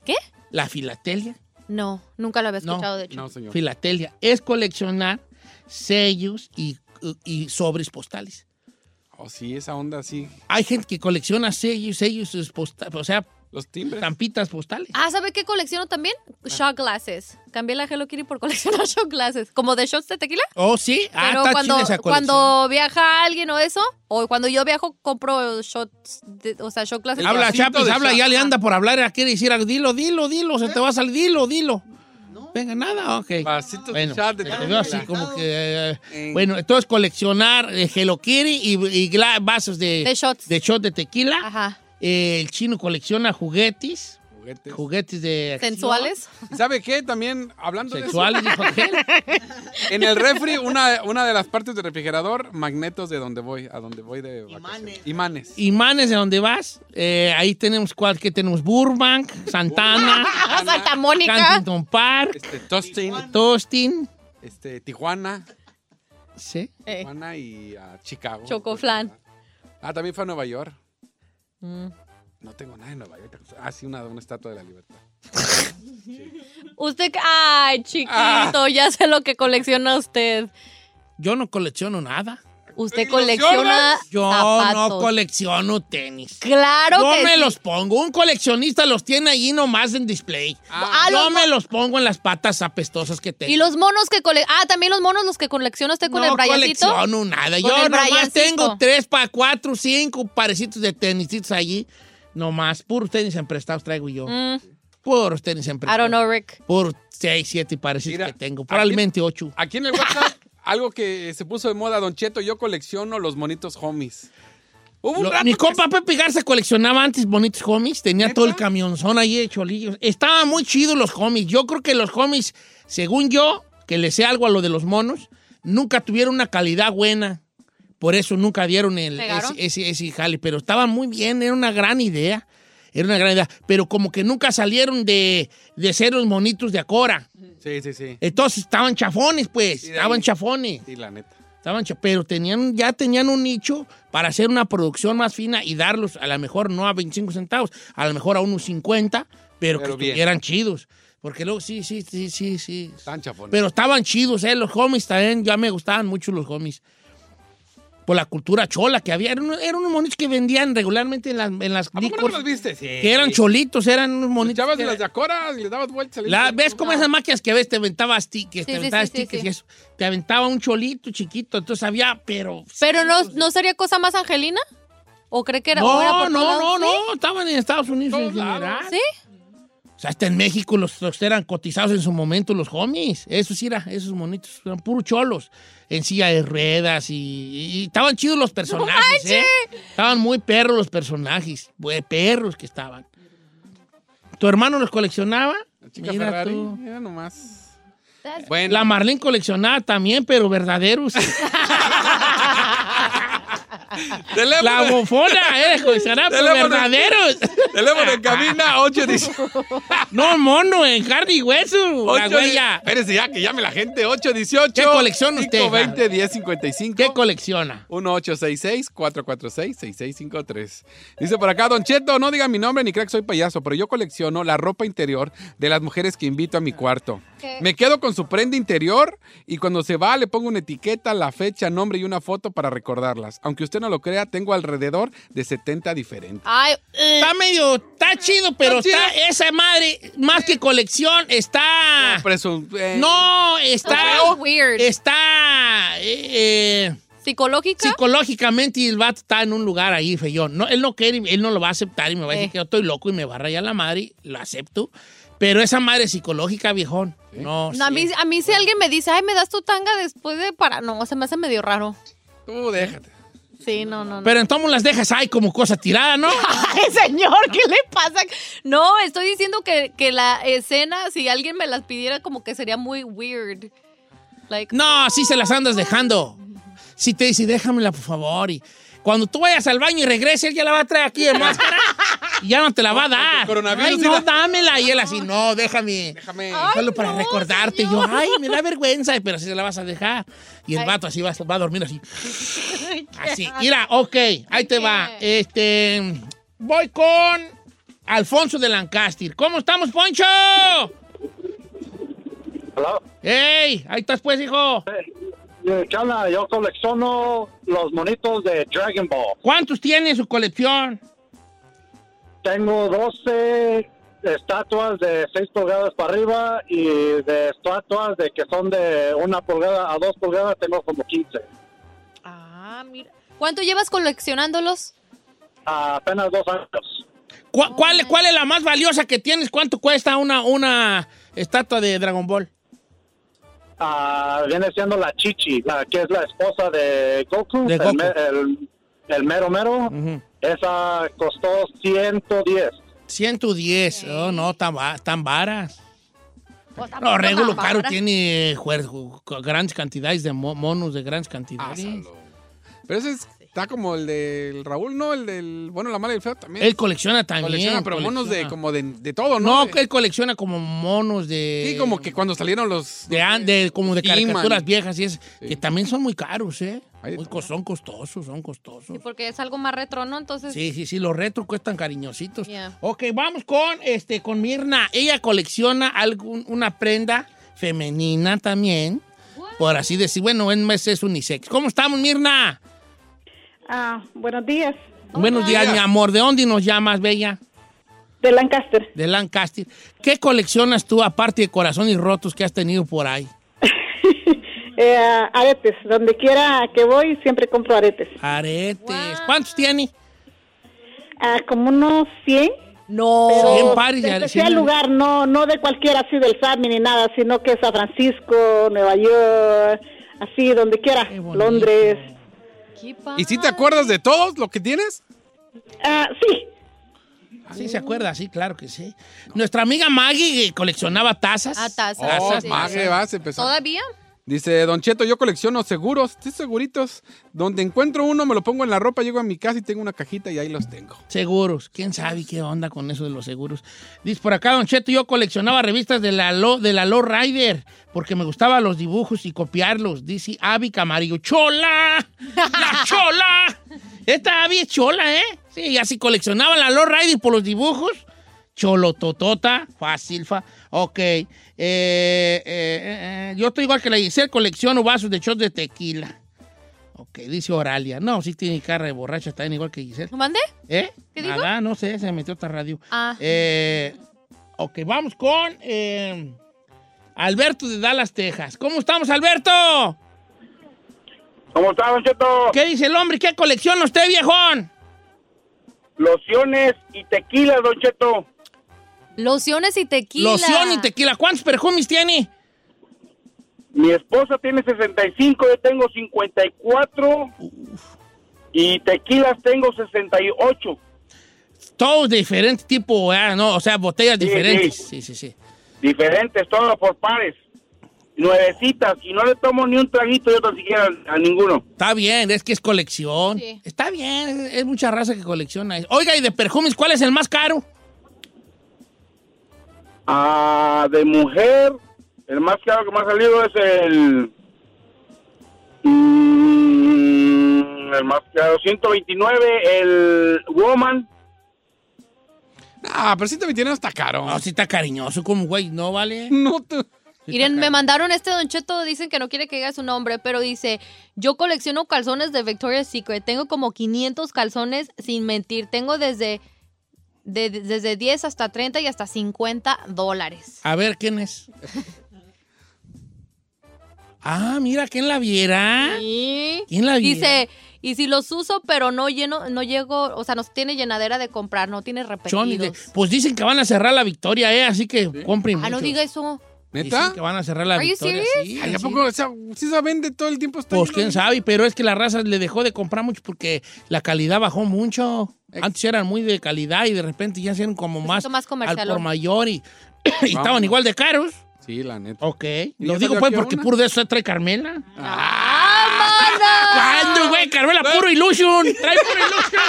¿Qué? La filatelia. Kitty. No, nunca lo había No, escuchado, de hecho. Filatelia es coleccionar sellos y, y sobres postales. Oh, sí, esa onda sí. Hay gente que colecciona sellos, sellos sus posta- o sea, los timbres. Tampitas postales. Ah, ¿sabe qué colecciono también? Ah. Shot glasses. Cambié la Hello Kitty por coleccionar shot glasses. Como de shots de tequila. Oh, sí. Ah, Pero está cuando, chida esa colección. cuando viaja alguien o eso, o cuando yo viajo, compro shots, de- o sea, shot glasses. Habla, Chapis, habla, ya le anda por hablar, quiere decir algo. Dilo, dilo, dilo, se te va a salir, dilo, dilo. Venga, nada, ok. bueno, se te veo así como que... eh, bueno, entonces coleccionar eh, Hello Kitty y, y gla- vasos de... De shots. De shot de tequila. Ajá. Eh, el chino colecciona juguetes. juguetes. Juguetes de... ¿Sensuales? ¿Y ¿Sabe qué? También, hablando Sexuales, de eso, dijo aquel. en el refri, una, una de las partes del refrigerador, magnetos de donde voy, a donde voy de vacaciones. Imanes. Imanes de donde vas. eh, ahí tenemos cuál que tenemos Burbank, Santana, Santa Mónica. Huntington Park, Este, Tostin, Tostin. este, Tijuana, Sí. Eh, Tijuana y a Chicago. Chocoflan. Ah, también fue a Nueva York. Mm. No tengo nada en Nueva York. Ah, sí, una, una estatua de la libertad. Usted, Ah. ay, chiquito, ya sé lo que colecciona usted. Yo no colecciono nada. Usted colecciona Yo zapatos. no colecciono tenis. Claro Yo que me sí. los pongo. Un coleccionista los tiene ahí nomás en display. Ah. Ah, Yo los me los pongo en las patas apestosas que tengo. Y los monos que cole Ah, también los monos los que colecciona usted con no el brayacito. colecciono nada. Con Yo el nomás brayancito. tengo tres para cuatro, cinco parecitos de tenisitos allí. Nomás, puros tenis emprestados traigo yo. Mm, Puros tenis I don't emprestados. know, Rick. Por seis, siete parecidos Mira, que tengo. Probablemente ocho. Aquí en el WhatsApp, algo que se puso de moda, Don Cheto, yo colecciono los monitos homies. Hubo un Lo- rato mi que- compa Pepe Garza coleccionaba antes bonitos homies, tenía todo el camionzón ahí de cholillos. Estaban muy chidos los homies. Yo creo que los homies, según yo, que le sé algo a lo de los monos, nunca tuvieron una calidad buena. Por eso nunca dieron el, ¿Pegaron? ese, ese, ese jale. Pero estaban muy bien, era una gran idea. Era una gran idea. Pero como que nunca salieron de, de ser los monitos de Acora. Sí, sí, sí. Entonces estaban chafones, pues. Y de ahí- Estaban chafones. Sí, la neta. Estaban cha- pero tenían, ya tenían un nicho para hacer una producción más fina y darlos a lo mejor no a 25 centavos, a lo mejor a unos 50, pero, Pero que bien. estuvieran chidos. Porque luego sí, sí, sí, sí, sí. Están chafones. Pero estaban chidos, ¿eh? Los homies también, ya me gustaban mucho los homies. Por la cultura chola que había. Eran, unos- eran unos monitos que vendían regularmente en las, en las ¿A poco no licors, los viste? Sí. que eran cholitos, eran unos monitos. Echabas que- las de Acora, le dabas vueltas. la- ¿Ves cómo esas máquinas que a veces te aventabas tickets, Sí, te sí, aventabas sí, sí, tickets sí. y eso? Te aventaba un cholito chiquito, entonces había, pero... Pero no, no sería cosa más angelina? ¿O cree que era o era No, no, por todos no, lados? no, estaban en Estados Unidos Todos en lados. general. ¿Sí? O sea, hasta en México los, los eran cotizados en su momento los homies. Esos sí era, esos monitos eran puros cholos. En silla de ruedas y, y- y estaban chidos los personajes, ¿eh? Estaban muy perros los personajes, güey, perros que estaban. ¿Tu hermano los coleccionaba? La chica Mira Ferrari. tú. Mira nomás. That's- Bueno, La Marlene coleccionaba también, pero verdaderos. teléfono, La bofona, ¿eh? Coleccionaba, pero Teléfono. verdaderos. teléfono en Ah, cabina, 8 dice. No, mono, en carne y hueso. La ocho, huella. Espérese ya, que llame la gente, 818. ¿Qué colección usted, 520 1055. ¿Qué colecciona? 1866-446-6653. Dice por acá, Don Cheto, no diga mi nombre ni crea que soy payaso, pero yo colecciono la ropa interior de las mujeres que invito a mi cuarto. ¿Qué? Me quedo con su prenda interior y cuando se va le pongo una etiqueta, la fecha, nombre y una foto para recordarlas. Aunque usted no lo crea, tengo alrededor de 70 diferentes. Ay, eh, Está medio, está chido, pero Está está, esa madre, más que colección, está. Presun- eh, No, está. That's weird. Está. eh, eh, ¿Psicológica? psicológicamente y el vato está en un lugar ahí, feyón. No, él no quiere, él no lo va a aceptar y me va a decir Eh. que yo estoy loco y me va a rayar la madre, y lo acepto. Pero esa madre psicológica, viejón. No, No, a, sí. mí, a mí si alguien me dice, ay, me das tu tanga después de para... No, se me hace medio raro. Tú déjate. Sí, no, no, no. Pero entonces las dejas ahí como cosa tirada, ¿no? Ay, señor, ¿qué le pasa? No, estoy diciendo que, que la escena, si alguien me las pidiera, como que sería muy weird. Like, No, sí se las andas dejando. Si te dice, déjamela, por favor. Y cuando tú vayas al baño y regreses, él ya la va a traer aquí de máscara. y ya no te la va a dar. coronavirus, Ay, no, mira. dámela. Y él así, no, déjame. Déjame. Mm, Solo Ay, para no, recordarte. Y Yo, ah. ay, me da vergüenza. Pero si se la vas a dejar. Y el vato así va, va a dormir así. así. Mira, ok, ahí te va. Este, voy con Alfonso de Lancaster. ¿Cómo estamos, Poncho? ¡Ey! Ahí estás pues, hijo. Eh, Yo colecciono los monitos de Dragon Ball. ¿Cuántos tiene su colección? Tengo 12 estatuas de 6 pulgadas para arriba y de estatuas de que son de 1 pulgada a 2 pulgadas tengo como 15. Ah, mira. ¿Cuánto llevas coleccionándolos? apenas 2 años. ¿Cuál, cuál, cuál es la más valiosa que tienes? ¿Cuánto cuesta una, una estatua de Dragon Ball? Ah, viene siendo la Chichi, la que es la esposa de Goku, De el Goku. me- El, el mero mero. Esa costó 110. 110. Oh, no, tan, va- tan varas. Pues, tampoco No, Regulo tan Caro barato. tiene juer- ju- ju- grandes cantidades de mo- monos, de grandes Ah, cantidades. Pero ese es- está como el del Raúl, ¿no? El del bueno, la mala y el feo también. Él colecciona también. Colecciona, pero monos de colecciona. como de, de todo, ¿no? No, él colecciona como monos de. Sí, como que cuando salieron los. De, an- de- como de He-Man. caricaturas viejas y es que también son muy caros, ¿eh? Muy cos- son costosos, son costosos. Sí, porque es algo más retro, ¿no? Entonces. Sí, sí, sí, los retros cuestan cariñositos. Yeah. Ok, vamos con, este, con Mirna. Ella colecciona algún, una prenda femenina también, por así decir. Bueno, en mes es unisex. ¿Cómo estamos, Mirna? Ah, buenos días. Buenos días, mi amor. ¿De dónde nos llamas, Bella? De Lancaster. De Lancaster. ¿Qué coleccionas tú, aparte de corazones rotos que has tenido por ahí? Eh, aretes, donde quiera que voy siempre compro aretes. Aretes. ¿Cuántos tiene? Ah, como unos 100. No, Cien pares de aretes. especial lugar, no, no de cualquiera así del SAMI ni nada, sino que San Francisco, Nueva York, así donde quiera, Londres. ¿Y si te acuerdas de todos lo que tienes? Ah, sí. Ah, Sí, se acuerda, sí, claro que sí. Nuestra amiga Maggie eh, coleccionaba tazas. Ah, tazas, Oh, sí. mague, vas a empezar. ¿Todavía? Dice, Don Cheto, yo colecciono seguros, sí, seguritos. Donde encuentro uno, me lo pongo en la ropa, llego a mi casa y tengo una cajita y ahí los tengo. Seguros. ¿Quién sabe qué onda con eso de los seguros? Dice por acá, Don Cheto, yo coleccionaba revistas de la Lo, de la Lo Rider porque me gustaban los dibujos y copiarlos. Dice Abby Camarillo. ¡Chola! ¡La chola! Esta Abby es chola, ¿eh? Sí, y así coleccionaba la Lo Rider por los dibujos. Cholototota, fácil, fa. Ok. Eh, eh, eh, eh, yo estoy igual que la Giselle, colecciono vasos de shots de tequila. Ok, dice Oralia. No, sí tiene cara de borracha, está igual que Giselle. ¿Lo mandé? ¿Eh? ¿Qué dijo? Nada, no sé, se metió otra radio. Ah. Eh, ok, vamos con eh, Alberto de Dallas, Texas. ¿Cómo estamos, Alberto? ¿Cómo está, Don Cheto? ¿Qué dice el hombre? ¿Qué colecciona usted, viejón? Lociones y tequilas, Don Cheto. Lociones y tequila. Loción y tequila. ¿Cuántos perfumes tiene? Mi esposa tiene 65, yo tengo 54. Y tequilas tengo 68. Todos de diferente tipo, ¿verdad? ¿no? O sea, botellas Sí, diferentes. sí. Sí, sí, sí. Diferentes, todo por pares. Nuevecitas. Y no le tomo ni un traguito yo tan siquiera a ninguno. Está bien, es que es colección. Está bien, es, es mucha raza que colecciona. eso. Oiga, y de perfumes, ¿cuál es el más caro? Ah, de mujer, el más caro que me ha salido es el. mm, el más caro, 129, el Woman. Ah, pero 129 está caro. No, sí está cariñoso, como güey, no vale. No Miren, me mandaron este Don Cheto, dicen que no quiere que diga su nombre, pero dice, yo colecciono calzones de Victoria's Secret, tengo como 500 calzones, sin mentir, tengo desde, de- de- desde 10 hasta 30 y hasta 50 dólares. A ver, ¿quién es? ah, mira, ¿quién la viera? Sí. ¿Quién la viera? Dice, y si los uso, pero no lleno, no llego, o sea, no tiene llenadera de comprar, no tiene repetidos. Johnny, de- pues dicen que van a cerrar la victoria, ¿eh? Así que compren Ah, no mucho. diga eso. Dicen que van a cerrar la Are you victoria. serious? Sí, Ay, ¿a sí. poco? O sea, sí se vende todo el tiempo. Está Pues lleno quién de- sabe, pero es que la raza le dejó de comprar mucho porque la calidad bajó mucho. Antes eran muy de calidad y de repente ya hicieron como más, Pues más comercial. al por mayor y, y Vamos. estaban igual de caros. Sí, la neta. Ok. ¿Y Lo ya digo salió pues aquí porque una? puro de eso trae Carmela. Ah, ¿Cuándo, güey? Carmela, Ah. puro illusion. Trae puro illusion.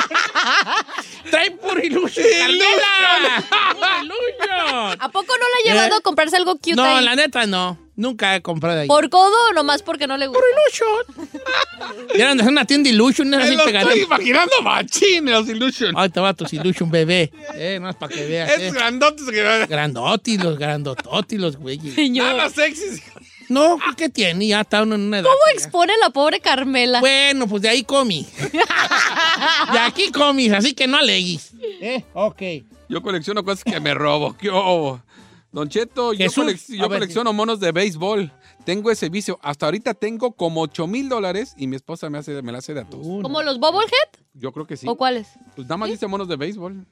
Trae puro illusion. Carmela. Puro illusion. ¿A poco no le ha llevado ¿Eh? a comprarse algo cute No, ahí? la neta no. Nunca he comprado ahí. ¿Por codo o nomás porque no le gusta? Eran de hacer una tienda Illusion, era Me así lo pegadero. estoy imaginando machín, los Illusion. Ahí te va tus Illusion, bebé. Eh, más para que veas. Es eh. grandotes que... Grandotis, los grandototis, los güeyes. Nada sexy. No, ¿qué- ¿qué tiene? Ya está uno en una edad. ¿Cómo que ya- expone la pobre Carmela? Bueno, pues de ahí comí. de aquí comí, así que no alegues. Eh, ok. Yo colecciono cosas que me robo. ¿Qué hubo? Don Cheto, yo, Jesús, colec- a yo ver, colecciono monos de béisbol. Tengo ese vicio. Hasta ahorita tengo como 8 mil dólares y mi esposa me, hace, me la hace de a todos. ¿Como los Bobblehead? Yo creo que sí. ¿O cuáles? Pues nada más dice monos de béisbol.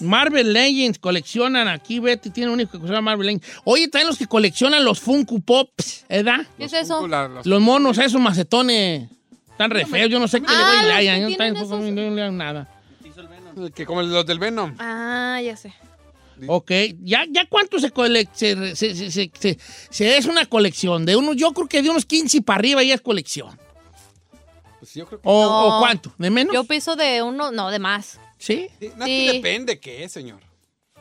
Marvel Legends coleccionan aquí, Betty tiene un hijo que colecciona Marvel Legends. Oye, también los que coleccionan los Funko Pops, ¿verdad? ¿Qué es eso? La- las- Los monos, esos macetones. Están re feos, yo no sé qué le Ah, voy los a que Yo tienen tampoco no le hayan nada. El que como los del Venom. Ah, ya sé. Ok, ¿ya, ya cuánto se, cole- se, se- se- se- se- se es una colección? de unos Yo creo que de unos 15 para arriba ya es colección. Pues yo creo que. ¿O, No. o cuánto? ¿De menos? Yo pienso de uno, no, de más. ¿Sí? Sí, no, es Sí. que depende qué, señor.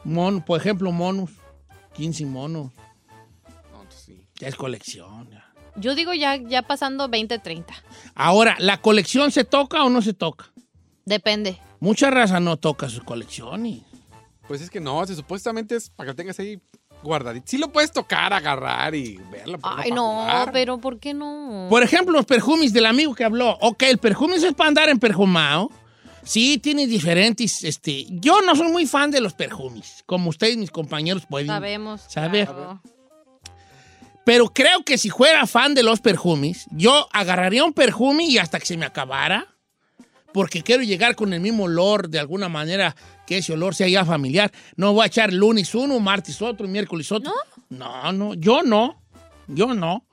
Mono, por ejemplo, monos. 15 monos. No, pues sí. Ya es colección. Yo digo ya, ya pasando 20, 30. Ahora, ¿la colección se toca o no se toca? Depende. Mucha raza no toca sus colecciones. Pues es que no, si supuestamente es para que lo tengas ahí guardadito. Sí lo puedes tocar, agarrar y verlo. pero Ay, para no, jugar. pero ¿por qué no? Por ejemplo, los perfumes del amigo que habló. Ok, el perfume es para andar en perfumado. Sí, tiene diferentes. Este, yo no soy muy fan de los perfumes, como ustedes, mis compañeros, pueden Sabemos. saber. claro. Pero creo que si fuera fan de los perfumes, yo agarraría un perfume y hasta que se me acabara, porque quiero llegar con el mismo olor de alguna manera que ese olor sea ya familiar. No voy a echar lunes uno, martes otro, miércoles otro. No, no, yo no, yo no.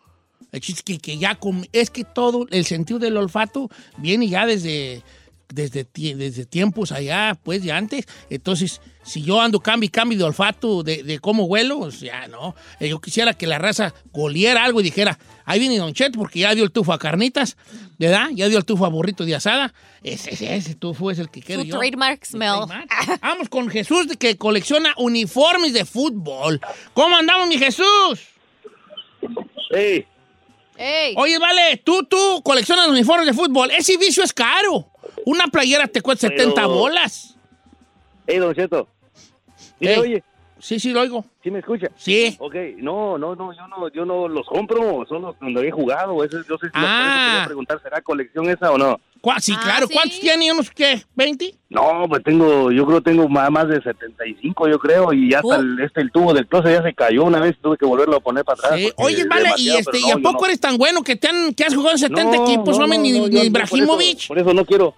El chiste es que, que ya com- es que todo el sentido del olfato viene ya desde desde, tie- desde tiempos allá, pues de antes. Entonces, si yo ando cambio y cambio de olfato de, de cómo huelo, o sea, no. Eh, Yo quisiera que la raza goliera algo y dijera, ahí viene Don Chet, porque ya dio el tufo a carnitas, ¿verdad? Ya dio el tufo a burrito de asada. Ese, ese, ese tufo es el que quiero Su yo. trademark smell. Vamos con Jesús, de que colecciona uniformes de fútbol. ¿Cómo andamos, mi Jesús? Sí. Ey. Oye, vale, tú, tú coleccionas uniformes de fútbol. Ese vicio es caro. Una playera te cuesta Pero- 70 bolas. Ey, don Cheto. Mire, Ey. oye, Sí, sí, lo oigo. ¿sí me escucha? Sí. Ok, no, no, no, yo no, yo no los compro, son los donde había jugado. Eso, yo sé si Ah. me quería preguntar, ¿será colección esa o no? Cua- Ah, Sí, claro. ¿Cuántos tiene? ¿Unos qué? ¿20? No, pues tengo, yo creo tengo ma- más de 75, yo creo, y ya hasta Oh. el, este, el tubo del closet ya se cayó una vez, tuve que volverlo a poner para atrás. Sí. Ah, porque Oye, es vale, y, demasiado, este, pero ¿y a no, yo poco no. eres tan bueno que, te han, que has jugado en 70 No, equipos, no, hombre? no, ni ni no, yo- yo por eso- Ibrahimovic. Por eso, no quiero,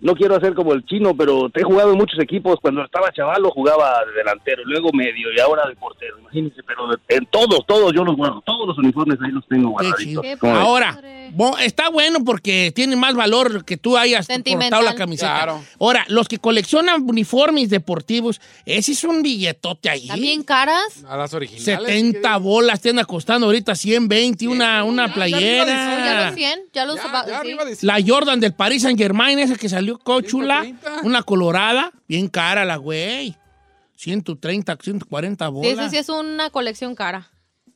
no quiero hacer como el chino, pero te he jugado en muchos equipos. Cuando estaba chavalo jugaba de delantero, luego medio y ahora de portero, imagínense. Pero de- en todos, todos yo los guardo, todos los uniformes ahí los tengo Qué guardaditos. chido. ¿Cómo ves? Ahora, bo- está bueno porque tiene más valor que tú hayas Sentimental. portado la camiseta. Claro. Ahora, los que coleccionan uniformes deportivos, ese es un billetote ahí. ¿También caras? A las originales. 70 bolas te andan costando ahorita 120, una, una Ya playera. los 100, ya los... va- sí. La Jordan del Paris Saint Germain, esa que salió cochula, una colorada, bien cara la güey. 130, 140 Sí, esa bolas. sí es una colección cara.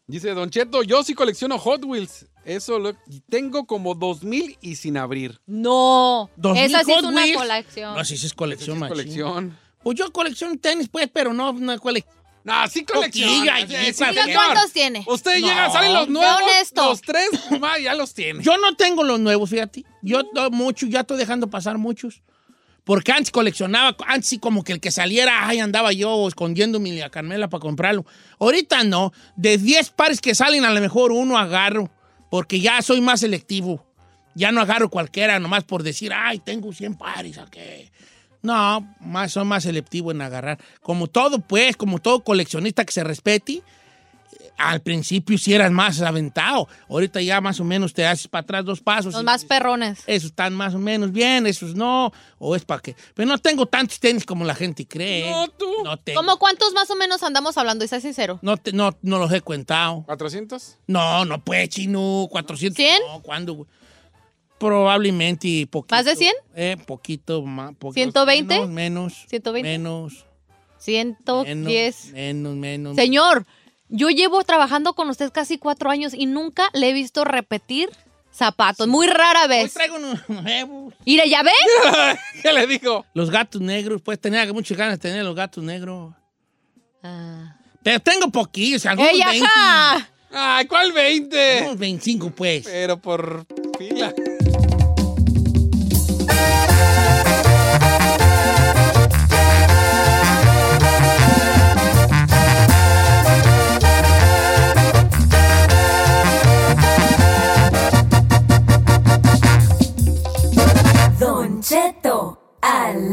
Dice Don Cheto, yo sí colecciono Hot Wheels. Eso lo tengo como 2000 y sin abrir. No. Dos mil Esa sí es Hot una Wheels. colección. No, sí, sí es colección, Esa sí es machín. colección. Pues yo colecciono tenis, pues, pero no, no colección. No, sí Poquillo colecciona. allí, Sí, para señor. que- ¿Cuántos tiene? Usted No. llega, salen los Sea nuevos, honesto. los tres, ma, ya los tiene. Yo no tengo los nuevos, fíjate. Yo to- mucho, ya estoy dejando pasar muchos. Porque antes coleccionaba, antes sí como que el que saliera, ay, andaba yo escondiéndome a Carmela para comprarlo. Ahorita no. De 10 pares que salen, a lo mejor uno agarro. Porque ya soy más selectivo. Ya no agarro cualquiera nomás por decir, ay, tengo 100 pares, ¿a qué? No, más, soy más selectivo en agarrar. Como todo, pues, como todo coleccionista que se respete, eh, al principio si eras más aventado. Ahorita ya más o menos te haces para atrás dos pasos. Los y- más perrones. esos están más o menos bien, esos no. O es para qué. Pero no tengo tantos tenis como la gente cree. No, tú. No tengo. ¿Cómo cuántos más o menos andamos hablando? Y sea sincero. No, te- no, no los he contado. ¿400? No, no pues, chino. 400. No, ¿cuándo? güey? Probablemente poquito. ¿Más de 100? Eh, poquito más. poquito, ¿120? Menos. Menos. ¿120? Menos. 110. Menos, menos. Señor, yo llevo trabajando con usted casi cuatro años y nunca le he visto repetir zapatos. Muy rara Hoy vez. traigo unos nuevos. Mire, ¿ya ve? ¿Qué le digo? Los gatos negros. Pues tenía muchas ganas de tener los gatos negros. Ah. Te tengo poquillos. Algunos ¡Ey, 20. ajá! Ay, ¿cuál Eh, 20? Algunos 25, pues. Pero por fila. Don Cheto, al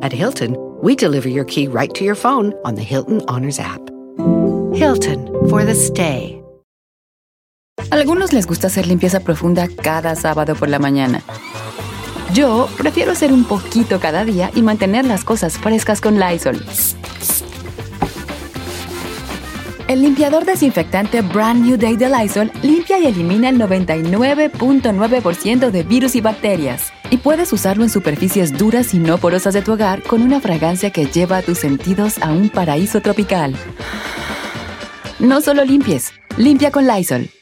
At Hilton, we deliver your key right to your phone on the Hilton Honors app. Hilton for the stay. Algunos les gusta hacer limpieza profunda cada sábado por la mañana. Yo prefiero hacer un poquito cada día y mantener las cosas frescas con Lysol. El limpiador desinfectante Brand New Day de Lysol limpia y elimina el 99.9% de virus y bacterias. Y puedes usarlo en superficies duras y no porosas de tu hogar con una fragancia que lleva a tus sentidos a un paraíso tropical. No solo limpies, limpia con Lysol.